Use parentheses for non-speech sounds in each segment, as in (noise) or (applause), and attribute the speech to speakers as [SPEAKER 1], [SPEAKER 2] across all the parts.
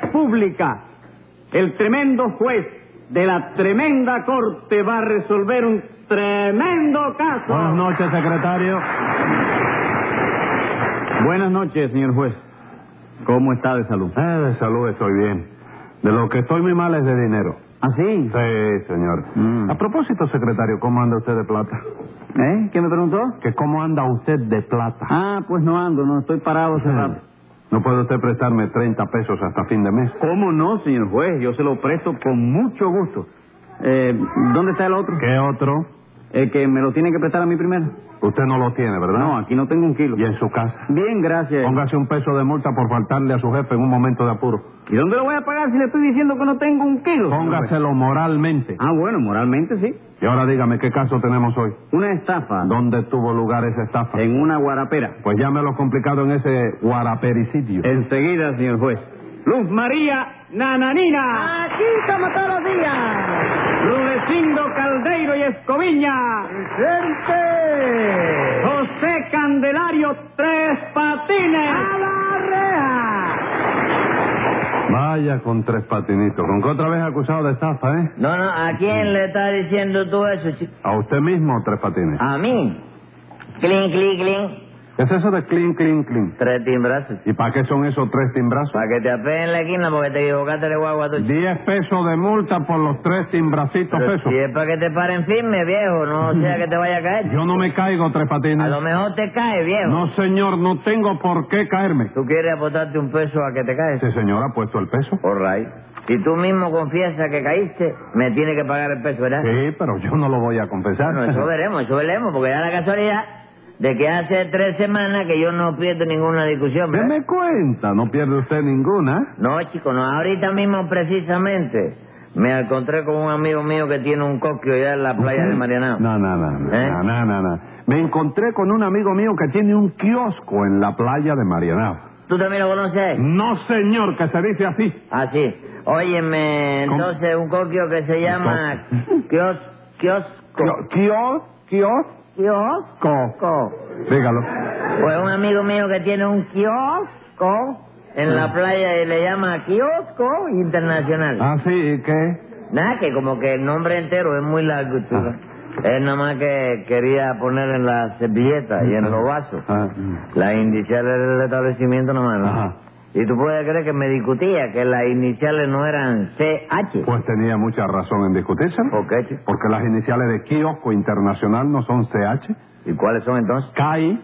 [SPEAKER 1] República, el tremendo juez de la tremenda corte va a resolver un tremendo caso.
[SPEAKER 2] Buenas noches, secretario.
[SPEAKER 1] Buenas noches, señor juez. ¿Cómo está de salud?
[SPEAKER 2] Eh, de salud estoy bien. De lo que estoy muy mal es de dinero.
[SPEAKER 1] ¿Ah, sí?
[SPEAKER 2] Sí, señor.
[SPEAKER 1] Mm.
[SPEAKER 2] A propósito, secretario, ¿cómo anda usted de plata?
[SPEAKER 1] ¿Eh? ¿Qué me preguntó?
[SPEAKER 2] Que cómo anda usted de plata. Eh,
[SPEAKER 1] Ah, pues no ando, no estoy parado hace rato.
[SPEAKER 2] ¿No puede usted prestarme 30 pesos hasta fin de mes?
[SPEAKER 1] ¿Cómo no, señor juez? Yo se lo presto con mucho gusto. Eh, ¿Dónde está el otro?
[SPEAKER 2] ¿Qué otro?
[SPEAKER 1] El que me lo tiene que prestar a mí primero.
[SPEAKER 2] Usted no lo tiene, ¿verdad?
[SPEAKER 1] No, aquí no tengo un kilo.
[SPEAKER 2] ¿Y en su casa?
[SPEAKER 1] Bien, gracias.
[SPEAKER 2] Póngase un peso de multa por faltarle a su jefe en un momento de apuro.
[SPEAKER 1] ¿Y dónde lo voy a pagar si le estoy diciendo que no tengo un kilo? señor juez?
[SPEAKER 2] Póngaselo moralmente.
[SPEAKER 1] Ah, bueno, moralmente sí.
[SPEAKER 2] Y ahora dígame, ¿qué caso tenemos hoy?
[SPEAKER 1] Una estafa
[SPEAKER 2] ¿Dónde tuvo lugar esa estafa?
[SPEAKER 1] en una guarapera.
[SPEAKER 2] Pues ya me lo complicado en ese guarapericidio.
[SPEAKER 1] eh. Enseguida, señor juez. Luz María Nananina,
[SPEAKER 3] Aquí como todos los días.
[SPEAKER 1] Rudecindo Caldeiro y Escoviña,
[SPEAKER 3] ¡Gente!
[SPEAKER 1] José Candelario Tres Patines.
[SPEAKER 3] ¡A la reja!
[SPEAKER 2] Vaya con tres patinitos. ¿Con qué otra vez acusado de estafa, eh?
[SPEAKER 4] No, no, ¿a quién le está diciendo tú eso, chico?
[SPEAKER 2] ¿A usted mismo, tres patines?
[SPEAKER 4] A mí. Clink, clink, clink.
[SPEAKER 2] ¿Qué es eso de clean, clean, clean?
[SPEAKER 4] Tres timbrazos.
[SPEAKER 2] ¿Y para qué son esos tres timbrazos?
[SPEAKER 4] Para que te apeen la esquina porque te equivocaste de guagua tú. chico.
[SPEAKER 2] Diez pesos de multa por los tres timbracitos
[SPEAKER 4] Pero
[SPEAKER 2] pesos.
[SPEAKER 4] Si es para que te paren firme, viejo,
[SPEAKER 2] (laughs)
[SPEAKER 4] no sea que te vaya a caer.
[SPEAKER 2] Yo no me caigo, tres
[SPEAKER 4] A
[SPEAKER 2] patines.
[SPEAKER 4] lo mejor Eh. te cae, viejo.
[SPEAKER 2] No, señor, no tengo por qué caerme.
[SPEAKER 4] ¿Tú quieres apostarte un peso a que te caes?
[SPEAKER 2] Ese señor ha puesto el peso.
[SPEAKER 4] All right. Si tú mismo confiesas que caíste, me tienes que pagar el peso, ¿verdad?
[SPEAKER 2] Sí, pero yo no lo voy a confesar.
[SPEAKER 4] Bueno, eso veremos, eso veremos, porque da la casualidad de que hace tres semanas que yo no pierdo ninguna discusión, ¿verdad?
[SPEAKER 2] Deme cuenta, no pierde usted ninguna.
[SPEAKER 4] No, chico, no. Ahorita mismo, precisamente, me encontré con un amigo mío que tiene un coquio allá en la playa de Marianao.
[SPEAKER 2] No, no, no, no,
[SPEAKER 4] ¿Eh?
[SPEAKER 2] no, no, no, no. Me encontré con un amigo mío que tiene un kiosco en la playa de Marianao.
[SPEAKER 4] ¿Tú también lo conoces?
[SPEAKER 2] No, señor, que se dice así.
[SPEAKER 4] Ah, sí. Óyeme,
[SPEAKER 2] ¿Cómo?
[SPEAKER 4] entonces, un coquio que se llama kios, kiosco.
[SPEAKER 2] Kio- Kios, kios,
[SPEAKER 4] ¿Kiosco?
[SPEAKER 2] co. Dígalo.
[SPEAKER 4] Pues un amigo mío que tiene un kiosco en la playa y le llama kiosco internacional.
[SPEAKER 2] Mm. Ah, sí, ¿y qué?
[SPEAKER 4] Nada, que como que el nombre entero es muy largo,
[SPEAKER 2] Ah.
[SPEAKER 4] chico. Él nada más que quería poner en las servilletas y en los vasos
[SPEAKER 2] Ah,
[SPEAKER 4] las iniciales del establecimiento nada más. ¿no?
[SPEAKER 2] Ajá.
[SPEAKER 4] Y tú puedes creer que me discutía que las iniciales no eran CH.
[SPEAKER 2] Pues tenía mucha razón en discutirse.
[SPEAKER 4] ¿Por qué, chico?
[SPEAKER 2] Porque las iniciales de kiosco internacional no son CH.
[SPEAKER 4] ¿Y cuáles son entonces? (laughs)
[SPEAKER 2] CAI.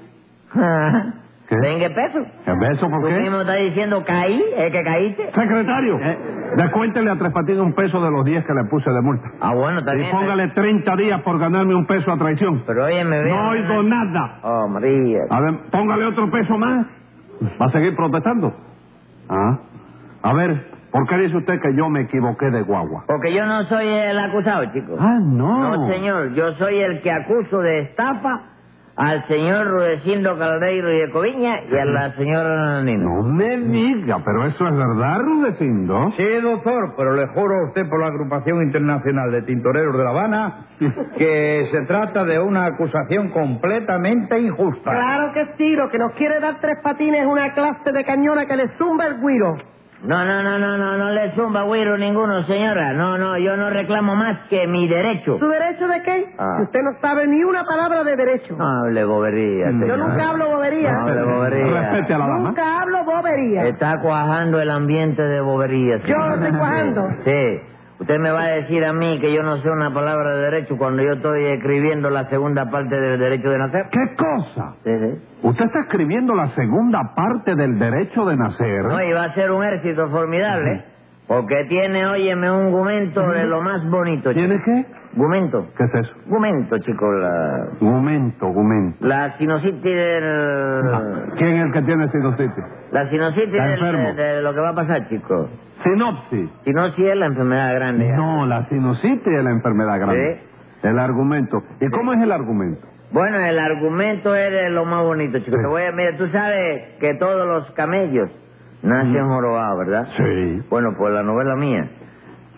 [SPEAKER 2] ¿Qué?
[SPEAKER 4] ¿Venga peso?
[SPEAKER 2] ¿Eso
[SPEAKER 4] Tú
[SPEAKER 2] por qué?
[SPEAKER 4] mismo estás diciendo caí, es que caíste.
[SPEAKER 2] Secretario,
[SPEAKER 4] Eh.
[SPEAKER 2] descuéntele a Tres Patines un peso de los 10 que le puse de multa.
[SPEAKER 4] Ah, bueno, está
[SPEAKER 2] Y
[SPEAKER 4] bien.
[SPEAKER 2] póngale 30 días por ganarme un peso a traición.
[SPEAKER 4] Pero oye, me veo.
[SPEAKER 2] No oigo nada. Ah.
[SPEAKER 4] Oh, María.
[SPEAKER 2] A ver, póngale otro peso más. ¿Va a seguir protestando? Ah. A ver, ¿por qué dice usted que yo me equivoqué de guagua?
[SPEAKER 4] Porque yo no soy el acusado, chico.
[SPEAKER 2] Ah, no.
[SPEAKER 4] No, señor, yo soy el que acuso de estafa al señor Rudecindo Caldeiro y Ecoviña y a la señora Nanino.
[SPEAKER 2] No me diga, pero eso es verdad, Rudecindo.
[SPEAKER 5] Sí, doctor, pero le juro a usted por la Agrupación Internacional de Tintoreros de La Habana que se trata de una acusación completamente injusta.
[SPEAKER 3] Claro que sí, lo que nos quiere dar tres patines es una clase de cañona que le zumba el guiro.
[SPEAKER 4] No, no, no, no, no, no le zumba güiro ninguno, señora. No, no, yo no reclamo más que mi derecho.
[SPEAKER 3] ¿Su derecho de qué?
[SPEAKER 4] Ah.
[SPEAKER 3] Si usted no sabe ni una palabra de derecho.
[SPEAKER 4] No hable bobería, señora.
[SPEAKER 3] Yo nunca hablo bobería.
[SPEAKER 4] No hable
[SPEAKER 2] Respete
[SPEAKER 4] bobería.
[SPEAKER 2] a la dama.
[SPEAKER 3] Nunca hablo bobería.
[SPEAKER 4] Está cuajando el ambiente de bobería,
[SPEAKER 3] Yo
[SPEAKER 4] señora.
[SPEAKER 3] lo estoy cuajando.
[SPEAKER 4] Sí. Usted me va a decir a mí que yo no sé una palabra de derecho cuando yo estoy escribiendo la segunda parte del derecho de nacer.
[SPEAKER 2] ¿Qué cosa?
[SPEAKER 4] Sí, sí.
[SPEAKER 2] Usted está escribiendo la segunda parte del derecho de nacer.
[SPEAKER 4] No, y va a ser un éxito formidable, porque tiene, óyeme, un gumento de lo más bonito. chico.
[SPEAKER 2] ¿Tiene qué?
[SPEAKER 4] Gumento.
[SPEAKER 2] ¿Qué es eso?
[SPEAKER 4] Gumento, chico, la...
[SPEAKER 2] Momento, momento.
[SPEAKER 4] La sinusitis del...
[SPEAKER 2] Ah. ¿Quién es el que tiene sinusitis?
[SPEAKER 4] La sinusitis
[SPEAKER 2] Está
[SPEAKER 4] del-
[SPEAKER 2] enfermo.
[SPEAKER 4] de, de lo que va a pasar, chico.
[SPEAKER 2] Sinopsis.
[SPEAKER 4] Sinosis es la enfermedad grande.
[SPEAKER 2] No, la sinusitis es la enfermedad grande. El argumento. ¿Y cómo es el argumento?
[SPEAKER 4] Bueno, el argumento es de lo más bonito, chico.
[SPEAKER 2] Sí.
[SPEAKER 4] Te voy a... Mira, tú sabes que todos los camellos nacen jorobados, ¿verdad?
[SPEAKER 2] Mm. Sí.
[SPEAKER 4] Bueno, pues la novela mía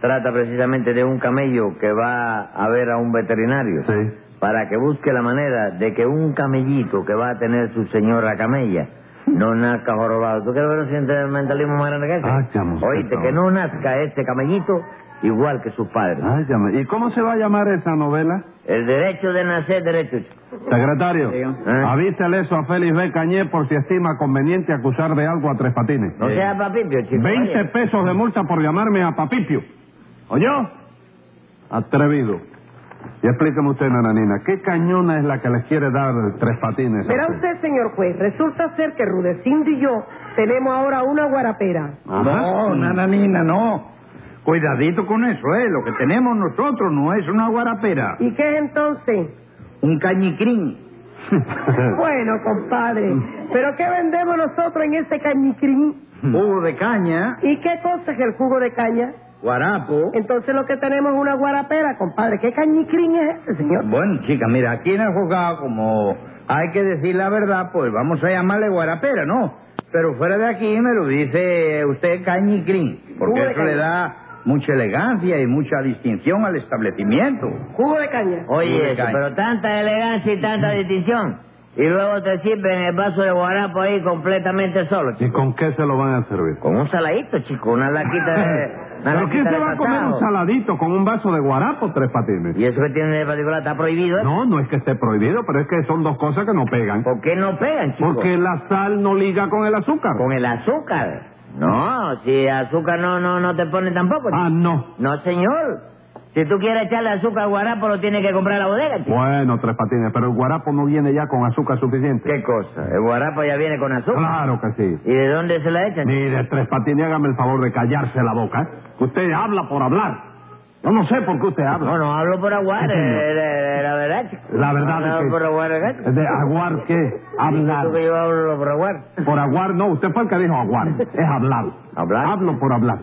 [SPEAKER 4] trata precisamente de un camello que va a ver a un veterinario
[SPEAKER 2] Sí.
[SPEAKER 4] para que busque la manera de que un camellito que va a tener su señora camella No nazca jorobado. ¿Tú quieres ver un sentimentalismo más grande que ese?
[SPEAKER 2] Ah, chamo, usted
[SPEAKER 4] Oíste,
[SPEAKER 2] está
[SPEAKER 4] que no nazca este camellito igual que sus padres.
[SPEAKER 5] Ah.
[SPEAKER 2] Ay, llame- ¿Y cómo se va a llamar esa novela?
[SPEAKER 4] El derecho de nacer, derecho. chico.
[SPEAKER 2] Secretario,
[SPEAKER 1] Diga.
[SPEAKER 4] Eh.
[SPEAKER 2] avísale eso a Félix B. Cañé por si estima conveniente acusar de algo a Tres Patines.
[SPEAKER 5] Eh,
[SPEAKER 4] No sea papipio, chico.
[SPEAKER 2] Veinte
[SPEAKER 4] oye.
[SPEAKER 2] pesos de multa por llamarme a Papipio. ¿Oyó? Atrevido. Y explíqueme usted, Nananina, ¿qué cañona es la que les quiere dar Tres Patines? a
[SPEAKER 3] Verá
[SPEAKER 2] usted?
[SPEAKER 3] usted, señor juez, resulta ser que Rudecindo y yo tenemos ahora una guarapera.
[SPEAKER 2] Ajá.
[SPEAKER 5] No, nananina, no. Cuidadito con eso, ¿eh? Lo que tenemos nosotros no es
[SPEAKER 4] (laughs)
[SPEAKER 5] una guarapera.
[SPEAKER 3] ¿Y qué es entonces?
[SPEAKER 5] Un cañicrín.
[SPEAKER 3] Bueno, compadre, ¿pero qué vendemos nosotros en ese cañicrín?
[SPEAKER 5] Jugo de caña,
[SPEAKER 3] ¿Y qué cosa es el jugo de caña?
[SPEAKER 5] guarapo.
[SPEAKER 3] Entonces lo que tenemos es una guarapera, compadre. ¿Qué cañicrín es ese, señor?
[SPEAKER 5] Bueno, chica, mira, aquí en el juzgado, como hay que decir la verdad, pues vamos a llamarle guarapera, ¿no? Pero fuera de aquí me lo dice usted cañicrín, porque
[SPEAKER 3] Jugo de
[SPEAKER 5] eso le
[SPEAKER 3] caña.
[SPEAKER 5] da mucha elegancia y mucha distinción al establecimiento.
[SPEAKER 3] Jugo de caña.
[SPEAKER 4] Oye, eso,
[SPEAKER 5] Caña.
[SPEAKER 4] pero tanta elegancia y tanta distinción. Y luego te sirven el vaso de guarapo ahí completamente solo,
[SPEAKER 2] ¿Y
[SPEAKER 4] chico.
[SPEAKER 2] con qué se lo van a servir?
[SPEAKER 4] Con un saladito, chico, una laquita
[SPEAKER 5] (laughs)
[SPEAKER 2] (laughs)
[SPEAKER 4] de... una
[SPEAKER 2] ¿Pero quién
[SPEAKER 4] laquita
[SPEAKER 2] se
[SPEAKER 4] de
[SPEAKER 2] va a comer
[SPEAKER 4] cacao.
[SPEAKER 2] un saladito con un vaso de guarapo, Tres Patines?
[SPEAKER 4] Y eso que tiene de particular está prohibido, ¿eh?
[SPEAKER 2] No, no es que esté prohibido, pero es que son dos cosas que no pegan.
[SPEAKER 4] ¿Por qué no pegan, chico?
[SPEAKER 2] Porque la sal no liga con el azúcar.
[SPEAKER 4] Con el azúcar. No, si azúcar no no no te pone tampoco. chico.
[SPEAKER 2] Ah, no.
[SPEAKER 4] No, señor. Si tú quieres echarle azúcar al guarapo, lo tienes que comprar a la bodega, chico.
[SPEAKER 2] Bueno, Tres Patines, pero el guarapo no viene ya con azúcar suficiente.
[SPEAKER 4] ¿Qué cosa? El guarapo ya viene con azúcar.
[SPEAKER 2] Claro que sí.
[SPEAKER 4] ¿Y de dónde se la echan?
[SPEAKER 2] Mire, Tres Patines, hágame el favor de callarse la boca. ¿eh? Que Usted habla por hablar. Yo no sé por qué usted habla.
[SPEAKER 4] No, no hablo por aguar,
[SPEAKER 2] Sí, señor.
[SPEAKER 4] eh, la la- la verdad, chico.
[SPEAKER 2] La verdad
[SPEAKER 4] No
[SPEAKER 2] es
[SPEAKER 4] hablo
[SPEAKER 2] que-
[SPEAKER 4] por aguar, ¿eh, gato?
[SPEAKER 2] Es de aguar, ¿qué? Hablar.
[SPEAKER 4] Tú que yo hablo por aguar.
[SPEAKER 2] Por aguar, no, usted fue el que dijo aguar. Es hablar.
[SPEAKER 4] ¿Hablar?
[SPEAKER 2] Hablo por hablar.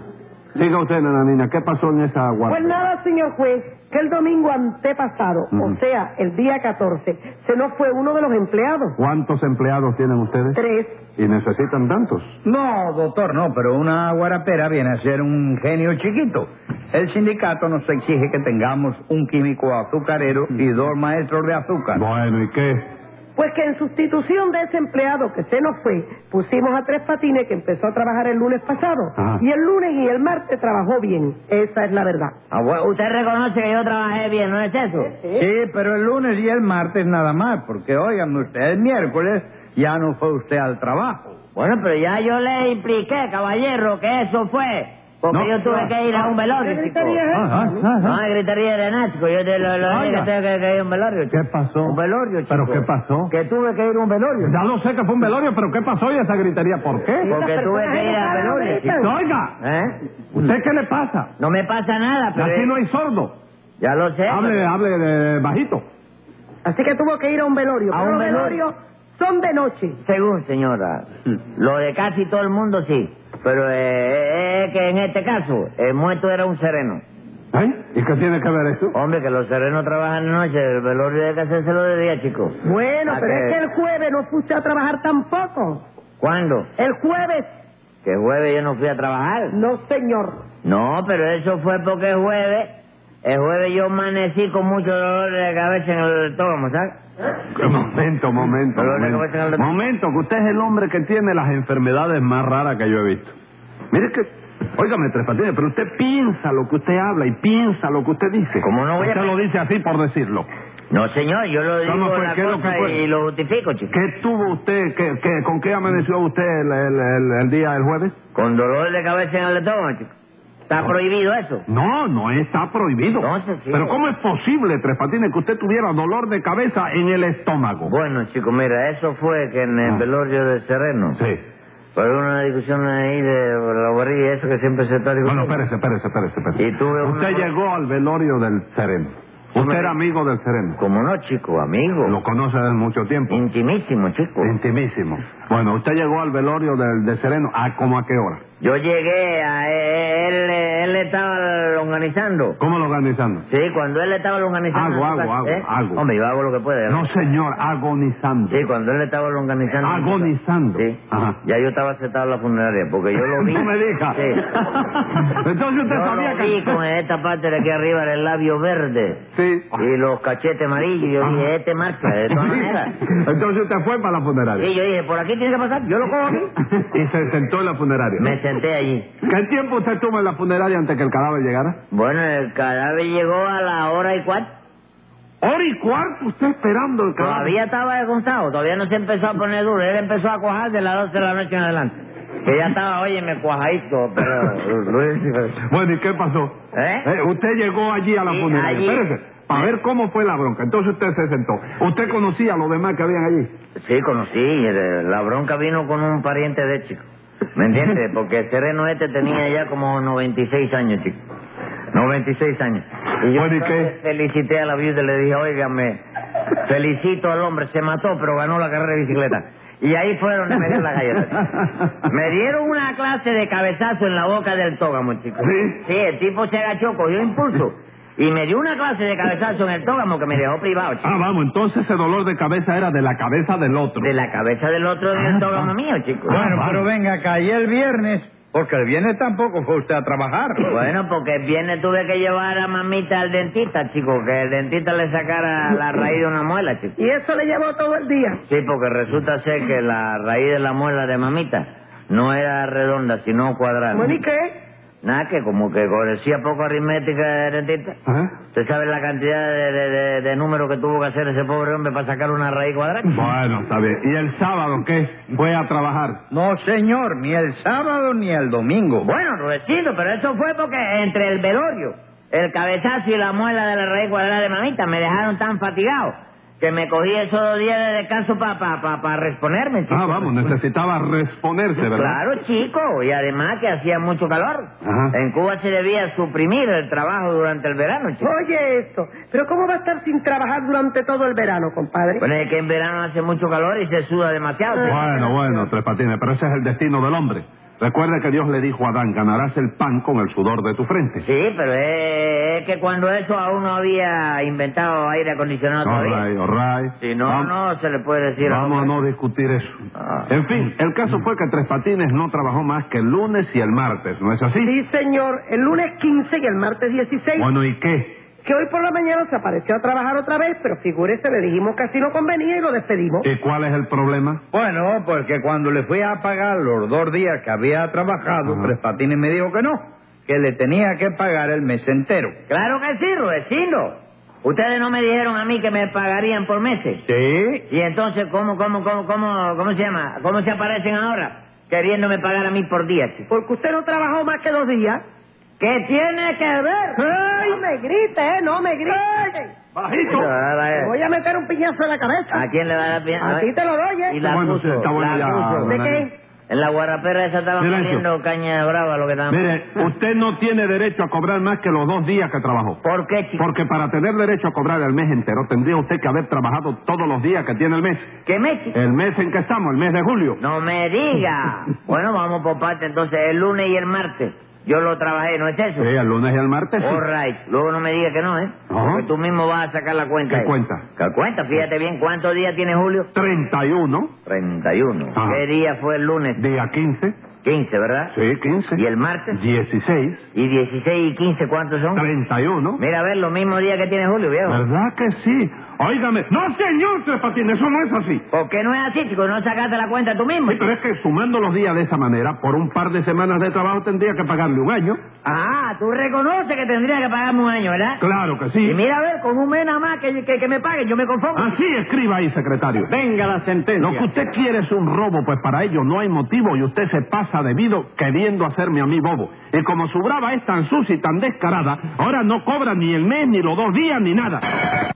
[SPEAKER 2] Siga usted, nananina, ¿qué pasó en esa aguar?
[SPEAKER 3] Pues nada, señor juez, que el domingo antepasado,
[SPEAKER 2] Ujú.
[SPEAKER 3] o sea, el día 14, se nos fue uno de los empleados.
[SPEAKER 2] ¿Cuántos empleados tienen ustedes?
[SPEAKER 3] Tres.
[SPEAKER 2] Y necesitan tantos.
[SPEAKER 5] No, doctor, no, pero una guarapera viene a ser un genio chiquito. El sindicato nos exige que tengamos un químico azucarero y dos maestros de azúcar.
[SPEAKER 2] Bueno, ¿y qué?
[SPEAKER 3] Pues que en sustitución de ese empleado que se nos fue, pusimos a Tres Patines que empezó a trabajar el lunes pasado.
[SPEAKER 2] Ah.
[SPEAKER 3] Y el lunes y el martes trabajó bien. Esa es la verdad.
[SPEAKER 4] Ah, bueno, Usted reconoce que yo trabajé bien, ¿no es eso?
[SPEAKER 5] Sí, pero el lunes y el martes nada más, porque óigame usted, el miércoles ya no fue usted al trabajo.
[SPEAKER 4] Bueno, pero ya yo le impliqué, caballero, que eso fue. Porque
[SPEAKER 2] No,
[SPEAKER 4] yo tuve
[SPEAKER 2] no.
[SPEAKER 4] que ir a un velorio,
[SPEAKER 3] ¿Qué
[SPEAKER 4] chico.
[SPEAKER 3] gritería es esa?
[SPEAKER 4] No, hay gritería Ah, de nada, chico. Yo te lo, lo dije
[SPEAKER 2] Oiga.
[SPEAKER 4] que tuve que, que ir a un velorio, chico.
[SPEAKER 2] Ah, ¿Qué pasó?
[SPEAKER 4] Un velorio, chico.
[SPEAKER 2] ¿Pero qué pasó?
[SPEAKER 4] Que tuve que ir a un velorio.
[SPEAKER 2] Ya lo sé que fue un velorio, pero ¿qué pasó y esa gritería? ¿Por qué?
[SPEAKER 4] Porque
[SPEAKER 3] Las
[SPEAKER 4] tuve
[SPEAKER 3] personas
[SPEAKER 4] que ir a
[SPEAKER 3] educadas
[SPEAKER 4] velorio,
[SPEAKER 3] gritan.
[SPEAKER 4] chico.
[SPEAKER 2] Oiga,
[SPEAKER 4] ¿Eh?
[SPEAKER 2] ¿usted qué le pasa?
[SPEAKER 4] No me pasa nada, pero...
[SPEAKER 2] Aquí no hay sordo.
[SPEAKER 4] Ya lo sé.
[SPEAKER 2] Hable, hable eh, bajito.
[SPEAKER 3] Así que tuvo que ir a un velorio.
[SPEAKER 4] A
[SPEAKER 3] Pero
[SPEAKER 4] un
[SPEAKER 3] los
[SPEAKER 4] velorio.
[SPEAKER 3] velorios son de noche.
[SPEAKER 4] Según, señora, lo de casi todo el mundo sí, pero eh, es que en este caso el muerto era un sereno.
[SPEAKER 2] ¿Eh? Oh, ¿Y qué tiene que ver eso?
[SPEAKER 4] Hombre, que los serenos trabajan de noche, el velorio de que hacérselo de día, chico.
[SPEAKER 3] Bueno,
[SPEAKER 4] Ah,
[SPEAKER 3] pero
[SPEAKER 4] que-
[SPEAKER 3] es que el jueves no fuiste a trabajar tampoco.
[SPEAKER 4] ¿Cuándo?
[SPEAKER 3] El jueves,
[SPEAKER 4] Que jueves yo no fui a trabajar.
[SPEAKER 3] no señor.
[SPEAKER 4] No, pero eso fue porque el jueves, el jueves yo amanecí con mucho dolor de cabeza en el estómago, ¿sabes?
[SPEAKER 2] ¿Eh? Momento, momento,
[SPEAKER 4] Pero lo que pasa es
[SPEAKER 2] momento.
[SPEAKER 4] que-
[SPEAKER 2] Momento, que usted es el hombre que tiene las enfermedades más raras que yo he visto. Mire que... Óigame, Tres Patines, pero usted piensa lo que usted habla y piensa lo que usted dice.
[SPEAKER 4] ¿Cómo no voy a-
[SPEAKER 2] Usted lo dice así por decirlo.
[SPEAKER 4] No, señor, yo lo
[SPEAKER 2] ¿Cómo
[SPEAKER 4] digo
[SPEAKER 2] fue?
[SPEAKER 4] la
[SPEAKER 2] pues, ¿Qué es lo que
[SPEAKER 4] cosa
[SPEAKER 2] fue?
[SPEAKER 4] y lo justifico, chico.
[SPEAKER 2] ¿Qué tuvo usted, qué, qué- con qué amaneció usted el, el- el- el día del jueves?
[SPEAKER 4] Con dolor de cabeza en el estómago, chico. Está prohibido eso.
[SPEAKER 2] No, no está prohibido.
[SPEAKER 4] Entonces, sí.
[SPEAKER 2] Pero ¿cómo es posible, Tres Patines, que usted tuviera dolor de cabeza en el estómago?
[SPEAKER 4] Bueno, chico, mira, eso fue que en el
[SPEAKER 2] Ah.
[SPEAKER 4] velorio del Sereno,
[SPEAKER 2] Sí.
[SPEAKER 4] por una discusión ahí de la barriga, eso que siempre se está
[SPEAKER 2] Bueno,
[SPEAKER 4] discutiendo.
[SPEAKER 2] espérese, espérese, espérese. espérese.
[SPEAKER 4] Y tuve una-
[SPEAKER 2] Usted llegó al velorio del Sereno.
[SPEAKER 4] Yo
[SPEAKER 2] Usted
[SPEAKER 4] me-
[SPEAKER 2] era amigo del Sereno.
[SPEAKER 4] Como no, chico, amigo.
[SPEAKER 2] Lo conoce desde mucho tiempo.
[SPEAKER 4] Intimísimo, chico.
[SPEAKER 2] Intimísimo. Bueno, usted llegó al velorio del, del Sereno. ¿A cómo a qué hora?
[SPEAKER 4] Yo llegué a él, él, él estaba organizando.
[SPEAKER 2] ¿Cómo lo organizando?
[SPEAKER 4] Sí, cuando él estaba
[SPEAKER 2] Hago,
[SPEAKER 4] organizando. en su
[SPEAKER 2] hago,
[SPEAKER 4] casa,
[SPEAKER 2] hago,
[SPEAKER 4] ¿eh?
[SPEAKER 2] hago.
[SPEAKER 4] Hombre, yo hago lo que pueda.
[SPEAKER 2] No, señor, agonizando.
[SPEAKER 4] Sí, cuando él estaba organizando.
[SPEAKER 2] Agonizando.
[SPEAKER 4] Sí.
[SPEAKER 2] Ajá.
[SPEAKER 4] Ya yo estaba aceptado en la funeraria, porque yo lo
[SPEAKER 2] (laughs)
[SPEAKER 4] vi.
[SPEAKER 2] No me diga.
[SPEAKER 4] Sí.
[SPEAKER 2] Entonces usted
[SPEAKER 4] Yo
[SPEAKER 2] sabía
[SPEAKER 4] lo
[SPEAKER 2] que...
[SPEAKER 4] vi con esta parte de aquí arriba del labio verde.
[SPEAKER 2] Sí. Sí. Ah.
[SPEAKER 4] y los cachetes amarillos. Y yo dije, este marcha,
[SPEAKER 2] (laughs)
[SPEAKER 4] de todas maneras.
[SPEAKER 2] Entonces usted fue para la funeraria.
[SPEAKER 4] Sí, yo dije, por aquí tiene que pasar, yo lo
[SPEAKER 2] (laughs)
[SPEAKER 4] cojo aquí.
[SPEAKER 2] Y se sentó en la funeraria.
[SPEAKER 4] Me senté allí.
[SPEAKER 2] ¿Qué tiempo usted estuvo en la funeraria antes que el cadáver llegara?
[SPEAKER 4] Bueno, el cadáver llegó a la hora y cuarto.
[SPEAKER 2] Hora y cuarto usted esperando el cadáver.
[SPEAKER 4] Todavía estaba descontado, todavía no se empezó a poner duro. Él empezó a cuajar de las 12 de la noche en adelante. Que ya estaba, oye, me cuajadito, (laughs) pero...
[SPEAKER 2] Bueno, ¿y qué pasó?
[SPEAKER 4] ¿Eh?
[SPEAKER 2] usted llegó allí a la
[SPEAKER 4] Sí,
[SPEAKER 2] funeraria.
[SPEAKER 4] allí.
[SPEAKER 2] Espérese, para ver cómo fue la bronca. Entonces usted se sentó. ¿Usted conocía a los demás que habían allí?
[SPEAKER 4] Sí, conocí. eh, La bronca vino con un pariente de chico. ¿Me (laughs) entiendes? Porque el sereno este tenía ya como 96 años, chico. 96 años. Y yo
[SPEAKER 2] Bueno, ¿y
[SPEAKER 4] entonces
[SPEAKER 2] qué?
[SPEAKER 4] felicité a la viuda y le dije, óigame, felicito al hombre, se mató, pero ganó la carrera de bicicleta. Y ahí fue donde me dio la galleta.
[SPEAKER 2] (laughs)
[SPEAKER 4] Me dieron una clase de cabezazo en la boca del tógamo, chico.
[SPEAKER 2] ¿Sí?
[SPEAKER 4] el tipo se agachó, cogió impulso. Y me dio una clase de cabezazo en el tógamo que me dejó privado, chico.
[SPEAKER 2] Ah, vamos, entonces ese dolor de cabeza era de la cabeza del otro.
[SPEAKER 4] De la cabeza del otro en
[SPEAKER 2] Ah,
[SPEAKER 4] el tógamo mío, chico.
[SPEAKER 5] Bueno,
[SPEAKER 2] vale.
[SPEAKER 5] pero venga acá, y el viernes, porque el viernes tampoco fue usted a trabajar.
[SPEAKER 4] Bueno, porque el viernes tuve que llevar a mamita al dentista, chico, que el dentista le sacara la raíz de una muela, chico.
[SPEAKER 3] Y eso le llevó todo el día.
[SPEAKER 4] Sí, porque resulta ser que la raíz de la muela de mamita no era redonda, sino cuadrada.
[SPEAKER 3] Bueno, ¿y qué?
[SPEAKER 4] Nada, que como que conocía poco aritmética el dentista.
[SPEAKER 2] ¿Eh?
[SPEAKER 4] ¿Usted sabe la cantidad de, de- de- de números que tuvo que hacer ese pobre hombre para sacar una raíz cuadrada?
[SPEAKER 2] Bueno, está bien. ¿Y el sábado qué? ¿Fue a trabajar?
[SPEAKER 5] No, señor, ni el sábado ni el domingo.
[SPEAKER 4] Bueno, Rudecindo, pero eso fue porque entre el velorio, el cabezazo y la muela de la raíz cuadrada de mamita me dejaron tan fatigado que me cogí esos dos días de descanso para pa, pa, pa reponerme, chico.
[SPEAKER 2] Ah, vamos, necesitaba responderse, ¿verdad?
[SPEAKER 4] Claro, chico, y además que hacía mucho calor.
[SPEAKER 2] Ajá.
[SPEAKER 4] En Cuba se debía suprimir el trabajo durante el verano, chico.
[SPEAKER 3] Oye esto, pero ¿cómo va a estar sin trabajar durante todo el verano, compadre?
[SPEAKER 4] Bueno, es que en verano hace mucho calor y se suda demasiado. chico.
[SPEAKER 2] Bueno, bueno, Tres Patines, pero ese es el destino del hombre. Recuerda que Dios le dijo a Adán, ganarás el pan con el sudor de tu frente.
[SPEAKER 4] Sí, pero es, es que cuando eso aún no había inventado aire acondicionado
[SPEAKER 2] All
[SPEAKER 4] todavía.
[SPEAKER 2] right, all right.
[SPEAKER 4] Si no,
[SPEAKER 2] Vam-
[SPEAKER 4] no se le puede decir a
[SPEAKER 2] Vamos a
[SPEAKER 4] hombre.
[SPEAKER 2] no discutir eso.
[SPEAKER 4] Ah.
[SPEAKER 2] En fin, el caso fue que Tres Patines no trabajó más que el lunes y el martes, ¿no es así?
[SPEAKER 3] Sí, señor, el lunes 15 y el martes 16,
[SPEAKER 2] Bueno, ¿y qué?
[SPEAKER 3] que hoy por la mañana se apareció a trabajar otra vez, pero figúrese, le dijimos que así no convenía y lo despedimos.
[SPEAKER 2] ¿Y cuál es el problema?
[SPEAKER 5] Bueno, porque cuando le fui a pagar los dos días que había trabajado,
[SPEAKER 2] Ajá.
[SPEAKER 5] Tres Patines me dijo que no, que le tenía que pagar el mes entero.
[SPEAKER 4] Claro que sí, Rudecindo. Ustedes no me dijeron a mí que me pagarían por meses.
[SPEAKER 5] Sí.
[SPEAKER 4] Y entonces, ¿cómo, cómo, cómo, cómo, cómo se llama? ¿Cómo se aparecen ahora? Queriéndome pagar a mí por día, chico.
[SPEAKER 3] Porque usted no trabajó más que dos días.
[SPEAKER 4] ¿Qué tiene que ver?
[SPEAKER 3] No me grite, eh, no me grite.
[SPEAKER 2] ¡Bajito!
[SPEAKER 3] Te voy a meter un piñazo en la cabeza.
[SPEAKER 4] ¿A quién le va a dar pena?
[SPEAKER 3] A ti te lo doy, eh.
[SPEAKER 4] Y la
[SPEAKER 2] Bueno, sí,
[SPEAKER 4] acuso,
[SPEAKER 2] está bueno
[SPEAKER 4] la
[SPEAKER 2] ya,
[SPEAKER 4] acuso.
[SPEAKER 2] don
[SPEAKER 3] ¿De
[SPEAKER 2] Daniel.
[SPEAKER 3] qué?
[SPEAKER 4] En la guarrapera esa estaban
[SPEAKER 2] Silencio.
[SPEAKER 4] poniendo caña brava lo que estaban...
[SPEAKER 2] Mire, usted no tiene derecho a cobrar más que los dos días que trabajó.
[SPEAKER 4] ¿Por qué, chico?
[SPEAKER 2] Porque para tener derecho a cobrar el mes entero tendría usted que haber trabajado todos los días que tiene el mes.
[SPEAKER 4] ¿Qué me, chico?
[SPEAKER 2] El mes en que estamos, el mes de julio.
[SPEAKER 4] Eh. No me
[SPEAKER 2] (laughs)
[SPEAKER 4] diga. bueno, vamos por parte entonces. El lunes y el martes yo lo trabajé, ¿no es eso?
[SPEAKER 2] Sí, el lunes y el martes. sí.
[SPEAKER 4] All right. Luego no me digas que no, ¿eh?
[SPEAKER 2] Ajá.
[SPEAKER 4] Porque tú mismo vas a sacar la cuenta.
[SPEAKER 2] ¿Qué
[SPEAKER 4] ahí.
[SPEAKER 2] cuenta?
[SPEAKER 4] ¿Qué cuenta? Fíjate bien, ¿cuántos días tiene Julio?
[SPEAKER 2] 31,
[SPEAKER 4] 31.
[SPEAKER 2] Ajá.
[SPEAKER 4] ¿Qué día fue el lunes?
[SPEAKER 2] día 15,
[SPEAKER 4] 15, ¿verdad?
[SPEAKER 2] Ah. sí, 15.
[SPEAKER 4] ¿Y el martes?
[SPEAKER 2] 16,
[SPEAKER 4] ¿Y 16 y 15 cuántos son?
[SPEAKER 2] 31.
[SPEAKER 4] Mira, a ver, los mismos días que tiene Julio, viejo.
[SPEAKER 2] ¿Verdad que sí? Óigame. No, señor Tres Patines, eso no es así.
[SPEAKER 4] ¿Por qué no es así, chico? ¿No sacaste la cuenta tú mismo?
[SPEAKER 2] Sí, pero es que sumando los días de esa manera, por un par de semanas de trabajo tendría que pagarle un año.
[SPEAKER 4] Ah, tú reconoces que tendría que pagarme un año, ¿verdad?
[SPEAKER 2] Claro que
[SPEAKER 4] Y
[SPEAKER 2] sí. Ah,
[SPEAKER 4] mira, a ver, con un mes nada más que, que, que me paguen, yo me conformo.
[SPEAKER 2] Así escriba ahí, secretario.
[SPEAKER 1] Venga la sentencia.
[SPEAKER 2] Lo que usted quiere es un robo, pues para ello no hay motivo y usted se pasa debido queriendo hacerme a mí bobo. Y como su brava es tan sucia y tan descarada, ahora no cobra ni el mes, ni los dos días, ni nada.